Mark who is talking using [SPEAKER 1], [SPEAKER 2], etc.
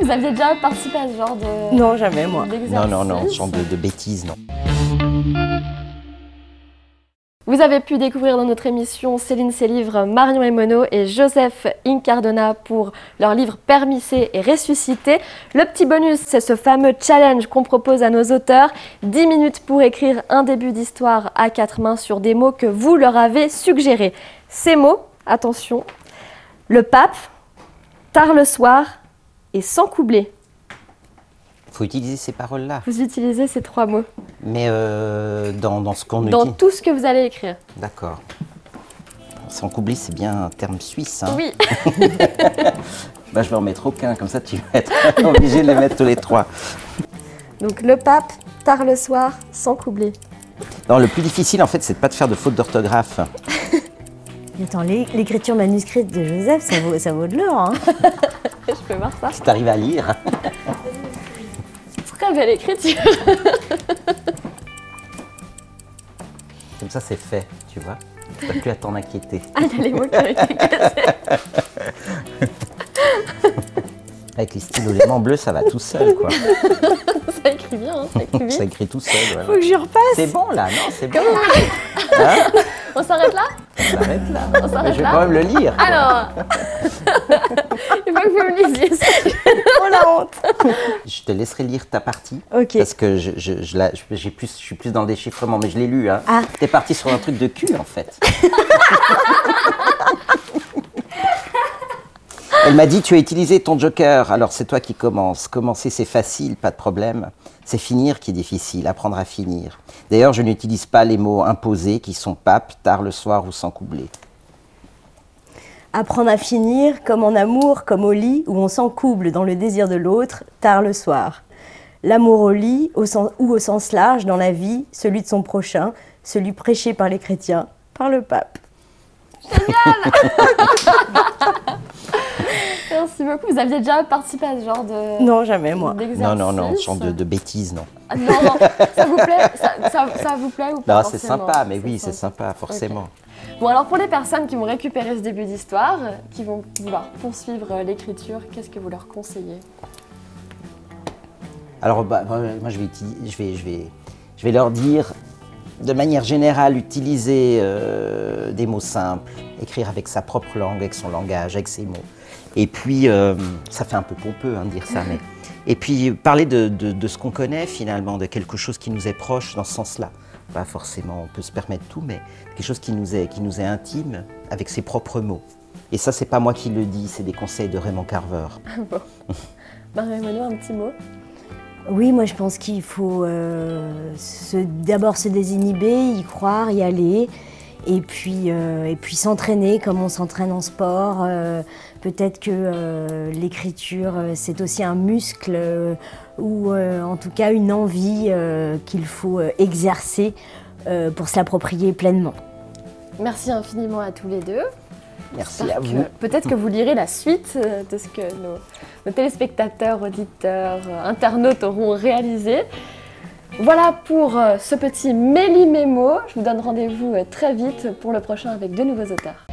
[SPEAKER 1] Vous aviez déjà participé à ce genre de.
[SPEAKER 2] Non, jamais moi.
[SPEAKER 1] d'exercice
[SPEAKER 3] Non, non, non, ce genre de, de bêtises, non.
[SPEAKER 1] Vous avez pu découvrir dans notre émission Céline ses livres, Marion Emono et Joseph Incardona pour leur livre Permissé et Ressuscité. Le petit bonus, c'est ce fameux challenge qu'on propose à nos auteurs. 10 minutes pour écrire un début d'histoire à quatre mains sur des mots que vous leur avez suggérés. Ces mots, attention, le pape, tard le soir et sans coubler.
[SPEAKER 3] faut utiliser ces paroles-là.
[SPEAKER 1] Vous utilisez ces trois mots
[SPEAKER 3] Mais euh, dans, dans ce qu'on
[SPEAKER 1] dans
[SPEAKER 3] utilise.
[SPEAKER 1] tout ce que vous allez écrire.
[SPEAKER 3] D'accord. Sans coubler, c'est bien un terme suisse. Hein.
[SPEAKER 1] Oui,
[SPEAKER 3] Bah, je vais en mettre aucun, comme ça tu vas être obligé de les mettre tous les trois.
[SPEAKER 1] donc le pape, tard le soir, sans coubler.
[SPEAKER 3] Non, le plus difficile en fait, c'est de pas de faire de faute d'orthographe.
[SPEAKER 2] Attends, l'é- l'écriture manuscrite de Joseph, ça vaut, ça vaut de l'or. hein.
[SPEAKER 1] Je peux voir ça.
[SPEAKER 3] Si t'arrives à lire.
[SPEAKER 1] Très belle écriture.
[SPEAKER 3] Comme ça, c'est fait, tu vois. T'as plus à t'en inquiéter.
[SPEAKER 1] Ah, il y a les mots qui ont été cassés.
[SPEAKER 3] Avec les stylos léments bleus, ça va tout seul, quoi.
[SPEAKER 1] Ça écrit bien, hein, ça écrit
[SPEAKER 3] Ça
[SPEAKER 1] bien.
[SPEAKER 3] écrit tout seul, voilà.
[SPEAKER 2] Faut que j'y repasse.
[SPEAKER 3] C'est bon, là, non C'est bon,
[SPEAKER 1] On s'arrête là
[SPEAKER 3] on s'arrête là.
[SPEAKER 1] On
[SPEAKER 3] Mais je
[SPEAKER 1] s'arrête
[SPEAKER 3] vais
[SPEAKER 1] là
[SPEAKER 3] quand même le lire. quoi.
[SPEAKER 1] Alors Il faut que vous me lisiez ça.
[SPEAKER 2] Oh la honte.
[SPEAKER 3] Je te laisserai lire ta partie.
[SPEAKER 2] Ok.
[SPEAKER 3] Parce que je, je, je, la- je- j'ai plus, je suis plus dans le déchiffrement, mais je l'ai lu. Hein.
[SPEAKER 2] Ah.
[SPEAKER 3] T'es parti sur un truc de cul, en fait. Elle m'a dit, tu as utilisé ton joker, alors c'est toi qui commences. Commencer, c'est facile, pas de problème. C'est finir qui est difficile, apprendre à finir. D'ailleurs, je n'utilise pas les mots imposés qui sont pape, tard le soir ou sans coubler.
[SPEAKER 2] Apprendre à finir, comme en amour, comme au lit, où on s'encouble dans le désir de l'autre, tard le soir. L'amour au lit, au sens- ou au sens large, dans la vie, celui de son prochain, celui prêché par les chrétiens, par le pape.
[SPEAKER 1] Merci beaucoup. Vous aviez déjà participé à ce genre de.
[SPEAKER 2] Non, jamais moi.
[SPEAKER 1] d'exercice
[SPEAKER 3] Non, non, non, ce genre de, de bêtises, non.
[SPEAKER 1] Ah, non, non. Ça vous plaît ça, ça- ça vous plaît ou pas
[SPEAKER 3] Non, c'est
[SPEAKER 1] forcément
[SPEAKER 3] sympa, mais oui, c'est sympa, forcément.
[SPEAKER 1] Bon, alors pour les personnes qui vont récupérer ce début d'histoire, qui vont vouloir poursuivre euh, l'écriture, qu'est-ce que vous leur conseillez
[SPEAKER 3] Alors, bah, moi, moi, je, vais, uti- je, vais, je, vais, je vais leur dire, de manière générale, utiliser euh, des mots simples, écrire avec sa propre langue, avec son langage, avec ses mots. Et puis, euh, ça fait un peu pompeux hein, de dire ça, mais. Et puis, parler de, de- de ce qu'on connaît finalement, de quelque chose qui nous est proche dans ce sens-là. Pas forcément, on peut se permettre tout, mais quelque chose qui nous est, qui nous est intime avec ses propres mots. Et ça, c'est pas moi qui le dis, c'est des conseils de Raymond Carver.
[SPEAKER 1] Ah, Marie-Emmanuel, Ben, un petit mot
[SPEAKER 2] Oui, moi je pense qu'il faut euh, se- d'abord se désinhiber, y croire, y aller, et puis euh, et puis s'entraîner comme on s'entraîne en sport. Euh, Peut-être que euh, l'écriture euh, c'est aussi un muscle euh, ou euh, en tout cas une envie euh, qu'il faut euh, exercer euh, pour se l'approprier pleinement.
[SPEAKER 1] Merci infiniment à tous les deux.
[SPEAKER 3] Merci à
[SPEAKER 1] J'espère
[SPEAKER 3] vous.
[SPEAKER 1] que- Peut-être que vous lirez la suite euh, de ce que nos, nos téléspectateurs, auditeurs, euh, internautes auront réalisé. Voilà pour euh, ce petit méli-mémo. Je vous donne rendez-vous euh, très vite pour le prochain avec de nouveaux auteurs.